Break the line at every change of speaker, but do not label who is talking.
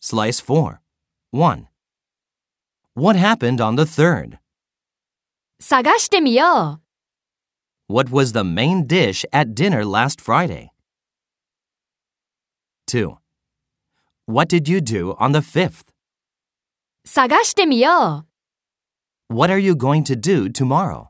Slice 4. 1. What happened on the 3rd?
探してみよう。
What was the main dish at dinner last Friday? 2. What did you do on the 5th?
探してみよう。
What are you going to do tomorrow?